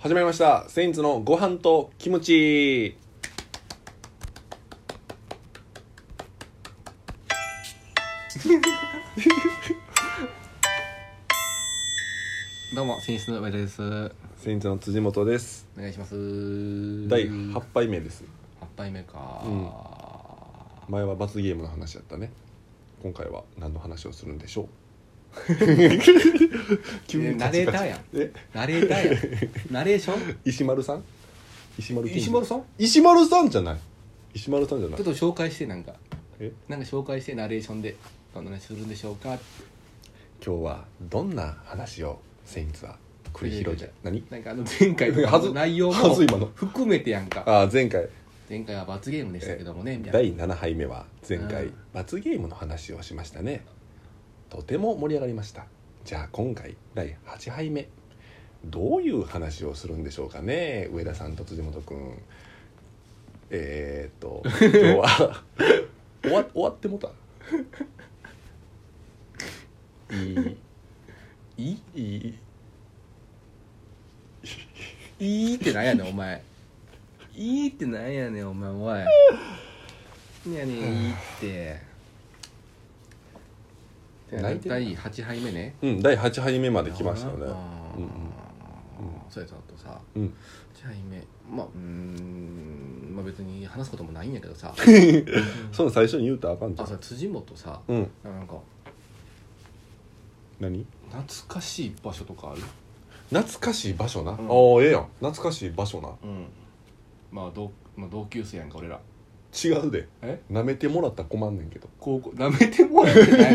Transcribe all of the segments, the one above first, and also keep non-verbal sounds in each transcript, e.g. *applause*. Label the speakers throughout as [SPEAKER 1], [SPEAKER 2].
[SPEAKER 1] 始まりました。セインツのご飯とキムチ。
[SPEAKER 2] どうも、選出の上田です。お
[SPEAKER 1] セインツの辻本です。
[SPEAKER 2] 願いします。
[SPEAKER 1] 第8
[SPEAKER 2] 八
[SPEAKER 1] 杯目です。
[SPEAKER 2] 杯目か、
[SPEAKER 1] うん前は罰ゲームの話だったね。今回は何の話をするんでしょう。
[SPEAKER 2] *laughs*
[SPEAKER 1] 急
[SPEAKER 2] えナレーターやん
[SPEAKER 1] え、
[SPEAKER 2] ナレータ
[SPEAKER 1] *laughs*
[SPEAKER 2] ーやん。ナレーション。
[SPEAKER 1] 石丸さん？石丸金
[SPEAKER 2] 石
[SPEAKER 1] 次
[SPEAKER 2] 丸さん。ち
[SPEAKER 1] 石丸さんじゃない。石丸さんじゃな
[SPEAKER 2] ょっ
[SPEAKER 1] い。
[SPEAKER 2] と紹介して、なんか。
[SPEAKER 1] え、
[SPEAKER 2] なんか紹介して、ナレーションで。どんな話するんでしょうか。
[SPEAKER 1] 今日はどんな話をセインツは繰り広げ
[SPEAKER 2] いやいやいや
[SPEAKER 1] 何？
[SPEAKER 2] なんか、あの、前回の
[SPEAKER 1] はず
[SPEAKER 2] 内容
[SPEAKER 1] は
[SPEAKER 2] も
[SPEAKER 1] ず。今の。
[SPEAKER 2] 含めてやんか。
[SPEAKER 1] ああ前回
[SPEAKER 2] 前回は罰ゲームでしたけどもね。みたいな
[SPEAKER 1] 第7杯目は前
[SPEAKER 2] う
[SPEAKER 1] 回
[SPEAKER 2] ん
[SPEAKER 1] 罰ゲームの話をしましたねとても盛り上がりましたじゃあ今回第8杯目どういう話をするんでしょうかね上田さんと辻元君えー、っと今日
[SPEAKER 2] *laughs*
[SPEAKER 1] は終わ終わってもうたい
[SPEAKER 2] い
[SPEAKER 1] いいい
[SPEAKER 2] い、いいってなん
[SPEAKER 1] *laughs*
[SPEAKER 2] やねん、お前。いいってなんやねん、お前、おい。いやねん、いいって。
[SPEAKER 1] 泣いてる
[SPEAKER 2] 第八杯目ね。
[SPEAKER 1] うん第8杯目まで来ましたよね
[SPEAKER 2] あー
[SPEAKER 1] うんうん
[SPEAKER 2] そうやったあとさ
[SPEAKER 1] うん
[SPEAKER 2] 8杯目まあうーんまあ別に話すこともないんやけどさ
[SPEAKER 1] その最初に言うとあかんじゃ
[SPEAKER 2] あさ
[SPEAKER 1] ん
[SPEAKER 2] 辻元さ
[SPEAKER 1] うん
[SPEAKER 2] なんか
[SPEAKER 1] 何
[SPEAKER 2] 懐かしい場所とかある
[SPEAKER 1] 懐かしい場所な、あ
[SPEAKER 2] ん
[SPEAKER 1] あええやん懐かしい場所な
[SPEAKER 2] うんまあ同,、まあ、同級生やんか俺ら
[SPEAKER 1] 違うで
[SPEAKER 2] え
[SPEAKER 1] 舐めてもらったら困んねんけど
[SPEAKER 2] 高校なめてもらうって
[SPEAKER 1] *laughs*
[SPEAKER 2] な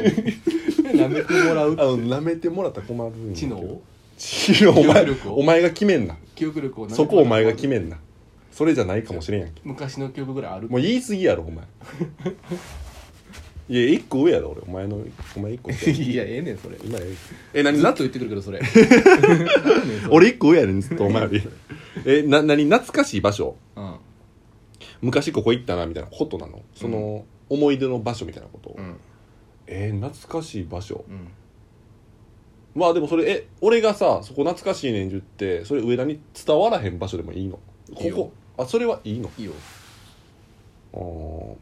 [SPEAKER 2] いなめてもら
[SPEAKER 1] あの
[SPEAKER 2] う
[SPEAKER 1] 舐めてもらったら困るんやけ
[SPEAKER 2] 知
[SPEAKER 1] ど
[SPEAKER 2] 能を
[SPEAKER 1] 知能お前
[SPEAKER 2] 記憶力を
[SPEAKER 1] お前が決めんな
[SPEAKER 2] 記憶力をなめて
[SPEAKER 1] そ
[SPEAKER 2] もらう
[SPEAKER 1] こお前が決めんなそれじゃないかもしれんやんけ
[SPEAKER 2] 昔の記憶ぐらいある
[SPEAKER 1] もう言い過ぎやろお前いや一個上やろ俺お前のお前一個上
[SPEAKER 2] *laughs* いやええね
[SPEAKER 1] *laughs*
[SPEAKER 2] んそれ
[SPEAKER 1] 今えええ何
[SPEAKER 2] ずっと
[SPEAKER 1] な
[SPEAKER 2] 言ってくるけどそれ
[SPEAKER 1] *laughs*
[SPEAKER 2] 俺
[SPEAKER 1] 俺一個上やねんずっとお前よりえな何懐かしい場所
[SPEAKER 2] *laughs* うん
[SPEAKER 1] 昔ここ行ったなみたいなことなのその、思い出の場所みたいなこと、
[SPEAKER 2] うん
[SPEAKER 1] えー懐かしい場所
[SPEAKER 2] うん
[SPEAKER 1] まあでもそれえ俺がさそこ懐かしいねんじゅってそれ上田に伝わらへん場所でもいいの
[SPEAKER 2] いい
[SPEAKER 1] こ
[SPEAKER 2] よ
[SPEAKER 1] こあそれはいいの
[SPEAKER 2] いいよ
[SPEAKER 1] あー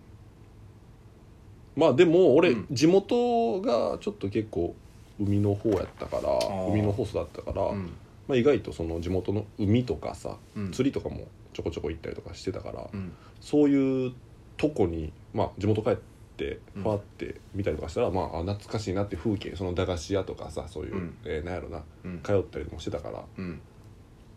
[SPEAKER 1] まあでも俺、
[SPEAKER 2] うん
[SPEAKER 1] 地元がちょっと結構海の方やったから
[SPEAKER 2] ー
[SPEAKER 1] 海の方だったから、
[SPEAKER 2] うん
[SPEAKER 1] まあ、意外とその地元の海とかさ
[SPEAKER 2] うん
[SPEAKER 1] 釣りとかもちょこちょこ行ったりとかしてたから、
[SPEAKER 2] うん
[SPEAKER 1] そういうとこに、まあ、地元帰って
[SPEAKER 2] うん
[SPEAKER 1] パーって見たりとかしたら、まああ懐かしいなって風景その駄菓子屋とかさそういう、
[SPEAKER 2] うん
[SPEAKER 1] えーなんやろな
[SPEAKER 2] うん
[SPEAKER 1] 通ったりもしてたから
[SPEAKER 2] うん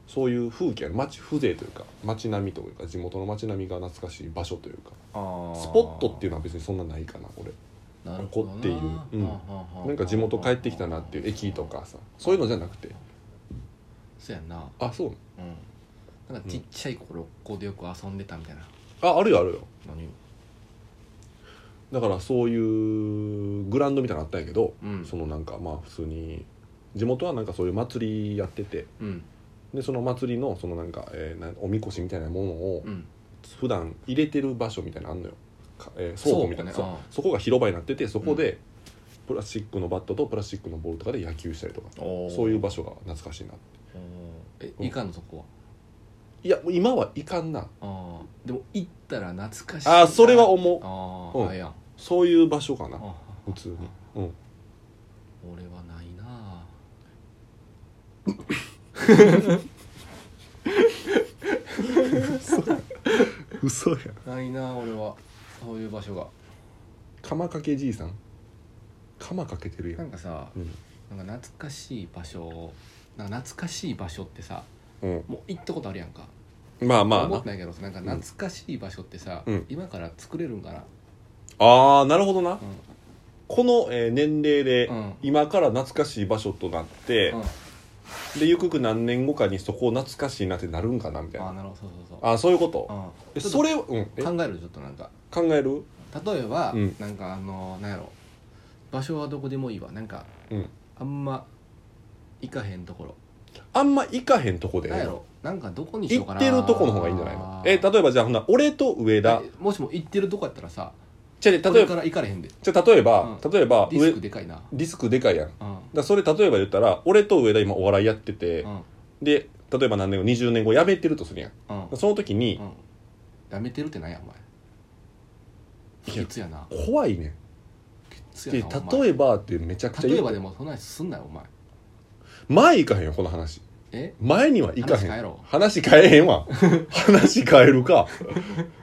[SPEAKER 1] そういう風景街風情というか街並みというか地元の街並みが懐かしい場所というか
[SPEAKER 2] あー
[SPEAKER 1] スポットっていうのは別にそんなないかな俺
[SPEAKER 2] なる
[SPEAKER 1] こ
[SPEAKER 2] ほ
[SPEAKER 1] こ
[SPEAKER 2] どな
[SPEAKER 1] っていううん
[SPEAKER 2] はあはあはあ
[SPEAKER 1] なんか地元帰ってきたなっていう駅とかさそういうのじゃなくて
[SPEAKER 2] そうやんな
[SPEAKER 1] あそう
[SPEAKER 2] うんなんかちっちゃい頃ここでよく遊んでたみたいな
[SPEAKER 1] ああるよあるよ
[SPEAKER 2] 何
[SPEAKER 1] だからそういうグラウンドみたいなのあったんやけど、
[SPEAKER 2] うん
[SPEAKER 1] そのなんかまあ普通に地元はなんかそういう祭りやってて
[SPEAKER 2] うん
[SPEAKER 1] でその祭りのそのなんか、えーなおみこしみたいなものを
[SPEAKER 2] うん
[SPEAKER 1] 普段入れてる場所みたいなのあんのよ、かえー倉庫みたいな
[SPEAKER 2] 倉
[SPEAKER 1] そ,、
[SPEAKER 2] 庫ねああ
[SPEAKER 1] そこが広場になっててそこでプラスチックのバットとプラスチックのボールとかで野球したりとか
[SPEAKER 2] おー
[SPEAKER 1] そういう場所が懐かしいな
[SPEAKER 2] おーえいかんのそこはい
[SPEAKER 1] やもう今はいかんな
[SPEAKER 2] ああでも行ったら懐かしい
[SPEAKER 1] あーそれは思う
[SPEAKER 2] あ
[SPEAKER 1] うん
[SPEAKER 2] ああやん
[SPEAKER 1] そういう場所か
[SPEAKER 2] あ
[SPEAKER 1] な
[SPEAKER 2] ー
[SPEAKER 1] 普通にうん
[SPEAKER 2] 俺はないな
[SPEAKER 1] 嘘やん
[SPEAKER 2] あないなあ俺はそういう場所が
[SPEAKER 1] 鎌掛けじいさん鎌掛けてるや
[SPEAKER 2] なんんかさ
[SPEAKER 1] うん、
[SPEAKER 2] なんか懐かしい場所なんか懐かしい場所ってさ
[SPEAKER 1] うん、
[SPEAKER 2] もう行ったことあるやんか
[SPEAKER 1] まあまあ
[SPEAKER 2] 思っ
[SPEAKER 1] な
[SPEAKER 2] てないけどさなんか懐かしい場所ってさ、
[SPEAKER 1] うん
[SPEAKER 2] 今から作れるんかな、
[SPEAKER 1] あーなるほどな
[SPEAKER 2] う
[SPEAKER 1] この、えー年齢で、
[SPEAKER 2] うん
[SPEAKER 1] 今から懐かしい場所となって、
[SPEAKER 2] んうん、あ
[SPEAKER 1] でゆくゆく何年後かにそこを懐かしいなってなるんかなみたい
[SPEAKER 2] あ
[SPEAKER 1] な
[SPEAKER 2] なるほどそうそうそう
[SPEAKER 1] あそういうこと
[SPEAKER 2] う
[SPEAKER 1] え
[SPEAKER 2] ん、
[SPEAKER 1] そ
[SPEAKER 2] れ
[SPEAKER 1] れを、うん、え考
[SPEAKER 2] 考えるちょっとなんか
[SPEAKER 1] える
[SPEAKER 2] 例えば、
[SPEAKER 1] うん
[SPEAKER 2] なんかあのなんやろ場所はどこでもいいわなんか
[SPEAKER 1] うん
[SPEAKER 2] あんま行かへんところ
[SPEAKER 1] あんま行かへんとこで
[SPEAKER 2] なんやろなんかどこにしよ
[SPEAKER 1] 行
[SPEAKER 2] うか
[SPEAKER 1] っ
[SPEAKER 2] な
[SPEAKER 1] てるとこの方がいいんじゃないのえ
[SPEAKER 2] だ
[SPEAKER 1] 例えばじゃあほんなら俺と上田
[SPEAKER 2] もしも行ってるとこやったらさ
[SPEAKER 1] じゃあね
[SPEAKER 2] こ
[SPEAKER 1] 例え
[SPEAKER 2] れ
[SPEAKER 1] ば
[SPEAKER 2] から行かれへんで
[SPEAKER 1] じゃあ例えば、
[SPEAKER 2] う
[SPEAKER 1] 例えば
[SPEAKER 2] リ
[SPEAKER 1] 上
[SPEAKER 2] スクでかいな
[SPEAKER 1] リスクでかいやんだか
[SPEAKER 2] うん
[SPEAKER 1] らそれ例えば言ったら俺と上田今お笑いやってて、
[SPEAKER 2] うん
[SPEAKER 1] で例えば何年後20年後やめてるとするやん
[SPEAKER 2] うん
[SPEAKER 1] その時に
[SPEAKER 2] うんやめてるってなんやお前
[SPEAKER 1] いや
[SPEAKER 2] ケツやな
[SPEAKER 1] 怖いねん
[SPEAKER 2] ケツ
[SPEAKER 1] で
[SPEAKER 2] やなお前
[SPEAKER 1] 例えばってめちゃくちゃ
[SPEAKER 2] 例え
[SPEAKER 1] 言
[SPEAKER 2] ば
[SPEAKER 1] う
[SPEAKER 2] でもそんなにすんなよお前
[SPEAKER 1] 前行かへんよこの話
[SPEAKER 2] え
[SPEAKER 1] 前には行かへ
[SPEAKER 2] 話変え
[SPEAKER 1] ん
[SPEAKER 2] ろ
[SPEAKER 1] 話変えへん
[SPEAKER 2] *laughs*
[SPEAKER 1] わ話変えるか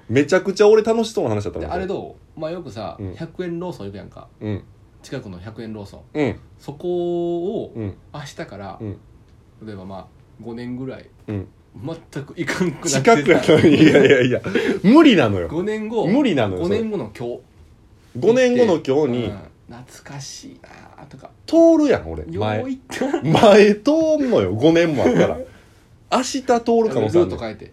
[SPEAKER 1] めちゃくちゃ俺楽しそうな話だった
[SPEAKER 2] で
[SPEAKER 1] もん
[SPEAKER 2] あれどうお前よくさ
[SPEAKER 1] うん
[SPEAKER 2] 100円ローソン行くやんか
[SPEAKER 1] うん
[SPEAKER 2] 近くの100円ローソン
[SPEAKER 1] うん
[SPEAKER 2] そこを
[SPEAKER 1] うん
[SPEAKER 2] 明日から
[SPEAKER 1] うん
[SPEAKER 2] 例えばまあ5年ぐらい
[SPEAKER 1] うん
[SPEAKER 2] 全く行かんくなって
[SPEAKER 1] 近くやからい
[SPEAKER 2] *laughs*
[SPEAKER 1] やいやいや無理なのよ
[SPEAKER 2] 5年後
[SPEAKER 1] 無理なのよ
[SPEAKER 2] 5
[SPEAKER 1] それ
[SPEAKER 2] 年後の今日
[SPEAKER 1] 5年後の今日
[SPEAKER 2] う
[SPEAKER 1] に
[SPEAKER 2] ん懐かしいなとか
[SPEAKER 1] 通るやん俺
[SPEAKER 2] よ
[SPEAKER 1] 前
[SPEAKER 2] う行っておる
[SPEAKER 1] 前通んのよ5年もあ *laughs* ったら明日通る
[SPEAKER 2] ル
[SPEAKER 1] 可能性あ
[SPEAKER 2] ー
[SPEAKER 1] る
[SPEAKER 2] ト変えて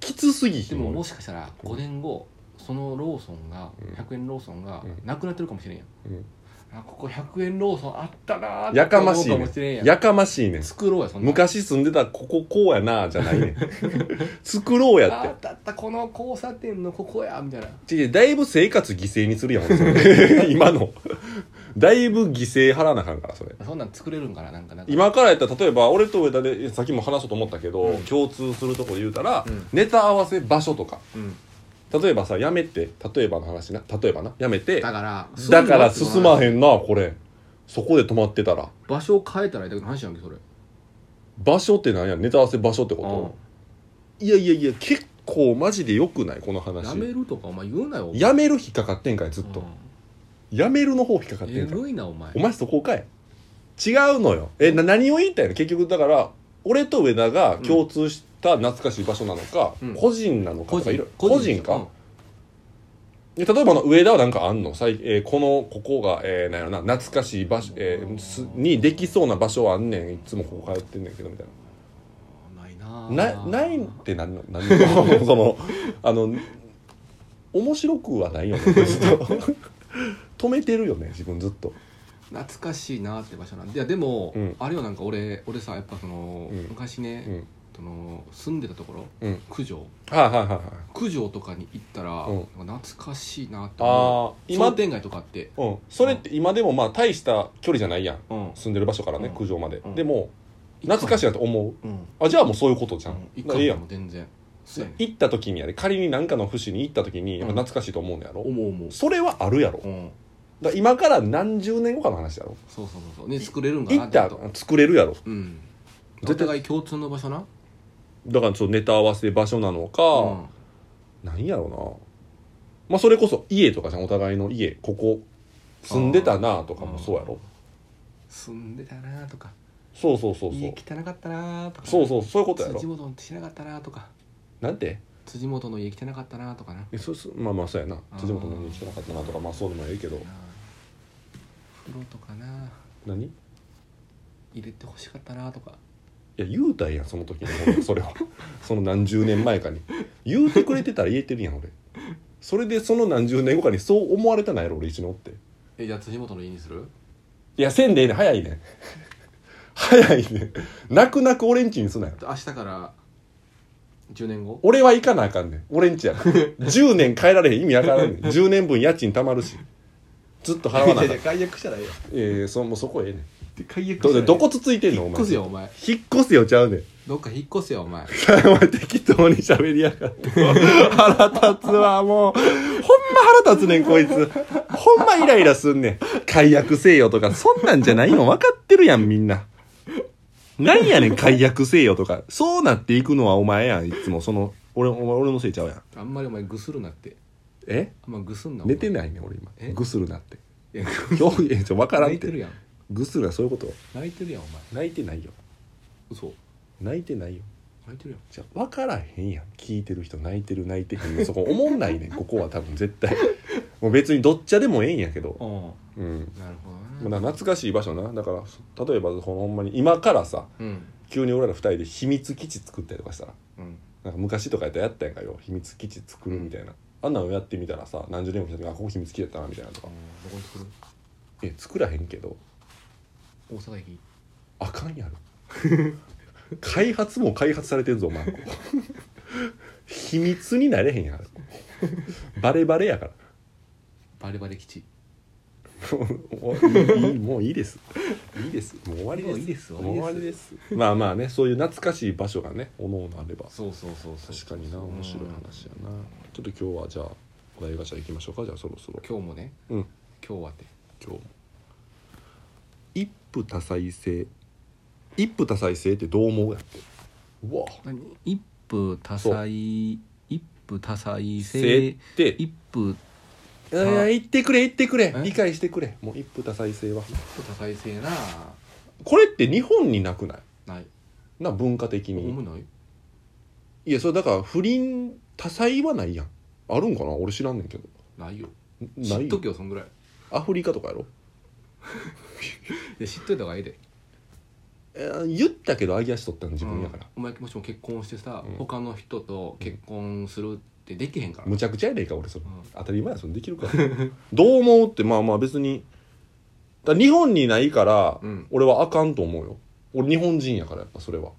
[SPEAKER 1] きつすぎひ
[SPEAKER 2] で
[SPEAKER 1] ん
[SPEAKER 2] も
[SPEAKER 1] 俺
[SPEAKER 2] もしかしたら5年後そのローソンが
[SPEAKER 1] うん
[SPEAKER 2] 100円ローソンが
[SPEAKER 1] うん
[SPEAKER 2] なくなってるかもしれんやん
[SPEAKER 1] うん
[SPEAKER 2] あここ100円ローソンあったなー
[SPEAKER 1] やかましい
[SPEAKER 2] って思う
[SPEAKER 1] ね
[SPEAKER 2] かもしれんや
[SPEAKER 1] ん
[SPEAKER 2] ん
[SPEAKER 1] やかましいねん
[SPEAKER 2] 作ろうやそんなん
[SPEAKER 1] 昔住んでたこここうやなじゃないねん *laughs* 作ろうや
[SPEAKER 2] あ
[SPEAKER 1] っ
[SPEAKER 2] ったあったこの交差点のここやみたいな
[SPEAKER 1] て違うだいぶ生活犠牲にするやん俺それ *laughs* 今のだいぶ犠牲払わなあかんからそれ
[SPEAKER 2] そんなん作れるんかななんかなんか
[SPEAKER 1] 今からやったら例えば俺と上田でさっきも話そうと思ったけど、
[SPEAKER 2] うん
[SPEAKER 1] 共通するとこで言うたら、
[SPEAKER 2] うん
[SPEAKER 1] ネタ合わせ場所とか
[SPEAKER 2] うん
[SPEAKER 1] 例えばさやめて例えばの話な例えばなやめて
[SPEAKER 2] だから
[SPEAKER 1] だから進ま
[SPEAKER 2] ん
[SPEAKER 1] へんなこれそこで止まってたら
[SPEAKER 2] 場所を変えたらいいだけの話やんけそれ
[SPEAKER 1] 場所ってなんやネタ合わせ場所って
[SPEAKER 2] うん
[SPEAKER 1] こ。といやいやいや結構マジでよくないこの話
[SPEAKER 2] やめるとかお前言うなよ
[SPEAKER 1] やめる引っかかってんかいずっ
[SPEAKER 2] う
[SPEAKER 1] と
[SPEAKER 2] ん
[SPEAKER 1] やめるの方引っかかって
[SPEAKER 2] え
[SPEAKER 1] んかい
[SPEAKER 2] ぐいなお前
[SPEAKER 1] お前そこかい違うのよえな何を言いたいの結局だから俺と上田が共通した懐かしい場所なのか、
[SPEAKER 2] うん
[SPEAKER 1] 個人なのかとかいろいろ個人か、
[SPEAKER 2] うん
[SPEAKER 1] で例えばあの上田はなんかあんの最、えーこのここが、えーなんやろな懐かしい場所、えーすにできそうな場所はあんねんいつもここ通ってんねんけどみたい
[SPEAKER 2] ないな
[SPEAKER 1] ななないって何の何の *laughs* そのあの面白くはないよねずっと止めてるよね自分ずっと
[SPEAKER 2] 懐かしいなって場所なんでいやでも、
[SPEAKER 1] うん
[SPEAKER 2] あれはなんか俺俺さやっぱその、
[SPEAKER 1] うん
[SPEAKER 2] 昔
[SPEAKER 1] う
[SPEAKER 2] ね、
[SPEAKER 1] ん
[SPEAKER 2] その住んでたところ
[SPEAKER 1] うん
[SPEAKER 2] 九条
[SPEAKER 1] はいはいはいはい
[SPEAKER 2] 九条とかに行ったら、
[SPEAKER 1] うん
[SPEAKER 2] なんか懐かしいなって思う
[SPEAKER 1] ああ今
[SPEAKER 2] 商店街とかあって
[SPEAKER 1] うん、それって今でもまあ大した距離じゃないやん
[SPEAKER 2] うん
[SPEAKER 1] 住んでる場所からね、
[SPEAKER 2] うん
[SPEAKER 1] 九条まで、
[SPEAKER 2] うん
[SPEAKER 1] でも懐かしいなと思
[SPEAKER 2] うん、うん、
[SPEAKER 1] うあじゃあもうそういうことじゃん、だ
[SPEAKER 2] 行か
[SPEAKER 1] からええや
[SPEAKER 2] ん
[SPEAKER 1] ん
[SPEAKER 2] も全然そうやね
[SPEAKER 1] 行った時にやで仮に何かの節に行った時にやっぱ懐かしいと思うのやろ、
[SPEAKER 2] 思う思う
[SPEAKER 1] それはあるやろ、
[SPEAKER 2] う
[SPEAKER 1] だか
[SPEAKER 2] ん
[SPEAKER 1] ら今から何十年後かの話やろ
[SPEAKER 2] そうそうそうそうね作れるんか
[SPEAKER 1] 行
[SPEAKER 2] な
[SPEAKER 1] っ
[SPEAKER 2] って
[SPEAKER 1] た
[SPEAKER 2] こ
[SPEAKER 1] ら
[SPEAKER 2] と
[SPEAKER 1] 作れるやろ
[SPEAKER 2] うんお
[SPEAKER 1] 絶対
[SPEAKER 2] 互い共通の場所な
[SPEAKER 1] だからそうネタ合わせ場所なの
[SPEAKER 2] う
[SPEAKER 1] か、
[SPEAKER 2] ん
[SPEAKER 1] なんやろなまあそれこそ家とかじゃんお互いの家ここ住んでたなとかもそうやろ
[SPEAKER 2] 住んでたなとか
[SPEAKER 1] そうそうそうそう
[SPEAKER 2] 家汚かったなとか
[SPEAKER 1] そうそうそういうことや
[SPEAKER 2] 辻
[SPEAKER 1] ろ
[SPEAKER 2] 元のしなかったなとか
[SPEAKER 1] なんて
[SPEAKER 2] 辻元の家汚かったなとかな
[SPEAKER 1] えそうそうまあまあそうやな
[SPEAKER 2] うん
[SPEAKER 1] 辻元の家来てなかったなとかまあそうでもええけど
[SPEAKER 2] 風呂とかな
[SPEAKER 1] 何い
[SPEAKER 2] 入れてほしかったなとか
[SPEAKER 1] や言うたんやんその時にそれ
[SPEAKER 2] *laughs*
[SPEAKER 1] はその何十年前かに言うてくれてたら言えてるやん俺それでその何十年後かにそう思われたないやろ俺一緒におって
[SPEAKER 2] えじゃあ辻元の家にする
[SPEAKER 1] いやせんでええねん早いねん *laughs* 早いねん泣く泣く俺んちにすなよ
[SPEAKER 2] 明日から10年後
[SPEAKER 1] 俺は行かなあかんねん俺んちやから
[SPEAKER 2] *laughs*
[SPEAKER 1] 10年帰られへん意味わからんねん10年分家賃貯まるしずっと払わ
[SPEAKER 2] *laughs*
[SPEAKER 1] なあかん
[SPEAKER 2] 解約したらええよ
[SPEAKER 1] ええそもうそこええねん
[SPEAKER 2] 解約
[SPEAKER 1] どどこつついてんのお
[SPEAKER 2] 引っ
[SPEAKER 1] 前
[SPEAKER 2] 越せよお前
[SPEAKER 1] 引っ越せよちゃうねん
[SPEAKER 2] どっか引っ越せよお前
[SPEAKER 1] お前適当に喋りやがって腹立つわもうほんま腹立つねんこいつほんまイライラすんねん解約せよとかそんなんじゃないの分かってるやんみんななんやねん解約せよとかそうなっていくのはお前やんいつもその俺お前俺のせいちゃうやん
[SPEAKER 2] あんまりお前ぐするなって
[SPEAKER 1] え
[SPEAKER 2] あんまぐすんなお前
[SPEAKER 1] 寝てないねん俺今
[SPEAKER 2] え
[SPEAKER 1] ぐするなって
[SPEAKER 2] いや
[SPEAKER 1] 表現ちょ分からん
[SPEAKER 2] 泣
[SPEAKER 1] っ
[SPEAKER 2] いて
[SPEAKER 1] て
[SPEAKER 2] るやん
[SPEAKER 1] ぐするなそういうこと
[SPEAKER 2] 泣いてるやんお前
[SPEAKER 1] 泣いてないよ
[SPEAKER 2] 嘘
[SPEAKER 1] 泣いてないよ
[SPEAKER 2] 泣いてるやん
[SPEAKER 1] じゃあ分からへんやん聞いてる人泣いてる泣いてへんそこ思んないねんここは多分絶対もう別にどっちゃでもええんやけど
[SPEAKER 2] う
[SPEAKER 1] うん
[SPEAKER 2] んなるほ
[SPEAKER 1] ま
[SPEAKER 2] ど
[SPEAKER 1] あな
[SPEAKER 2] な
[SPEAKER 1] 懐かしい場所なだから例えばほんまに今からさ
[SPEAKER 2] うん
[SPEAKER 1] 急に俺ら二人で秘密基地作ったりとかしたら
[SPEAKER 2] うん
[SPEAKER 1] なんか昔とかやったらやったやんかよ秘密基地作るみたいな、あんなのやってみたらさ何十年も来た時あここ秘密基地やったなみたいなと
[SPEAKER 2] あ
[SPEAKER 1] か
[SPEAKER 2] のどこに作る
[SPEAKER 1] え作らへんけど
[SPEAKER 2] 大阪駅
[SPEAKER 1] あかんやろ *laughs* 開発も開発されてんぞお前秘密になれへんやんバレバレやから
[SPEAKER 2] バレバレ基地
[SPEAKER 1] もういいもういいですいいですもう終わりです
[SPEAKER 2] もういいです
[SPEAKER 1] もう終わりですまあまあねそういう懐かしい場所がねおのおのあれば
[SPEAKER 2] そうそうそうそう
[SPEAKER 1] 確かにな面白い話やなちょっと今日はじゃあお題ガチャ行きましょうかじゃあそろそろ
[SPEAKER 2] 今日もね
[SPEAKER 1] うん
[SPEAKER 2] 今日はって
[SPEAKER 1] 今日一夫多妻制一夫多妻制ってどう思うやってうわ
[SPEAKER 2] 一夫多
[SPEAKER 1] そう
[SPEAKER 2] 妻一夫多妻
[SPEAKER 1] 制
[SPEAKER 2] 制
[SPEAKER 1] って
[SPEAKER 2] 一夫
[SPEAKER 1] いやいや言ってくれ言ってくれ
[SPEAKER 2] え
[SPEAKER 1] 理解してくれもう一夫多妻制は
[SPEAKER 2] 一夫多妻制な
[SPEAKER 1] これって日本になくない
[SPEAKER 2] ない
[SPEAKER 1] な文化的
[SPEAKER 2] 思
[SPEAKER 1] に
[SPEAKER 2] うない
[SPEAKER 1] いやそれだから不倫多妻はないやんあるんかな俺知らんねんけど
[SPEAKER 2] ないよ
[SPEAKER 1] ん
[SPEAKER 2] 知
[SPEAKER 1] な
[SPEAKER 2] っ
[SPEAKER 1] い
[SPEAKER 2] とけよそんぐらい
[SPEAKER 1] アフリカとかやろ
[SPEAKER 2] いや知っといた方がええで
[SPEAKER 1] えー言ったけど揚げ足取ったの自分やから
[SPEAKER 2] うん、お前もしも結婚してさ、
[SPEAKER 1] うん
[SPEAKER 2] 他の人と結婚するってできへんから、
[SPEAKER 1] むちゃくちゃやねんか俺それ
[SPEAKER 2] うん
[SPEAKER 1] 当たり前やそれできるかどう思うってまあまあ別にだから日本にないから
[SPEAKER 2] うん
[SPEAKER 1] 俺はあかんと思うよ俺日本人やからやっぱそれは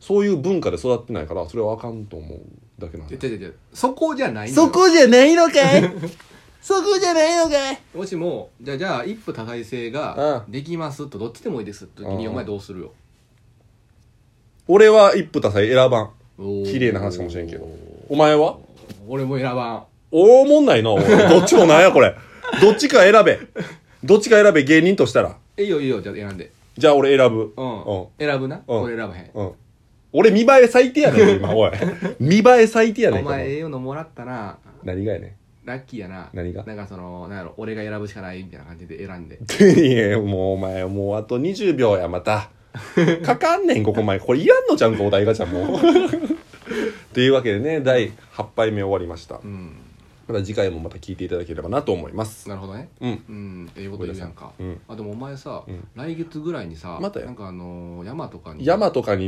[SPEAKER 1] そういう文化で育ってないからそれはあかんと思うだけなん
[SPEAKER 2] ででででそこじゃないのよ
[SPEAKER 1] そこじゃないの *laughs* かいそこじゃないのかい
[SPEAKER 2] もしもじゃあじゃあ一夫多妻制ができますとどっちでもいいですって時に
[SPEAKER 1] うん
[SPEAKER 2] お前どうするよ
[SPEAKER 1] 俺は一夫多妻選ばん綺
[SPEAKER 2] 綺
[SPEAKER 1] 麗な話かもしれんけどお前は
[SPEAKER 2] 俺も選ばん
[SPEAKER 1] おもんないなおいどっちもなんやこれどっちか選べどっちか選べ芸人としたら
[SPEAKER 2] えいいよいいよじゃあ選んで
[SPEAKER 1] じゃあ俺選ぶ
[SPEAKER 2] うん
[SPEAKER 1] うん
[SPEAKER 2] 選ぶな
[SPEAKER 1] うん
[SPEAKER 2] 俺選ばへん
[SPEAKER 1] うん。俺見栄え最低やねん、今、おい。見栄え最低やねん、
[SPEAKER 2] お
[SPEAKER 1] 今
[SPEAKER 2] 前ええのもらったな
[SPEAKER 1] 何がやね
[SPEAKER 2] ラッキーやな
[SPEAKER 1] 何が
[SPEAKER 2] なんかそのなんやろ俺が選ぶしかないみたいな感じで選んで
[SPEAKER 1] ん。いや、もうお前、もうあと20秒や、ま *laughs* た。かかんねん、ここ前。これいらんのじゃんか、お題ガチャ *laughs* もう。というわけでね、第8杯目終わりました
[SPEAKER 2] う。ん
[SPEAKER 1] また次回もまた聞いていただければなと思います。
[SPEAKER 2] なるほどね
[SPEAKER 1] うん。
[SPEAKER 2] うんええこと言うやんか
[SPEAKER 1] うん
[SPEAKER 2] あでもお前さ
[SPEAKER 1] うん
[SPEAKER 2] 来月ぐらいにさ
[SPEAKER 1] またよ
[SPEAKER 2] なんかあのー山とかに
[SPEAKER 1] 山とかに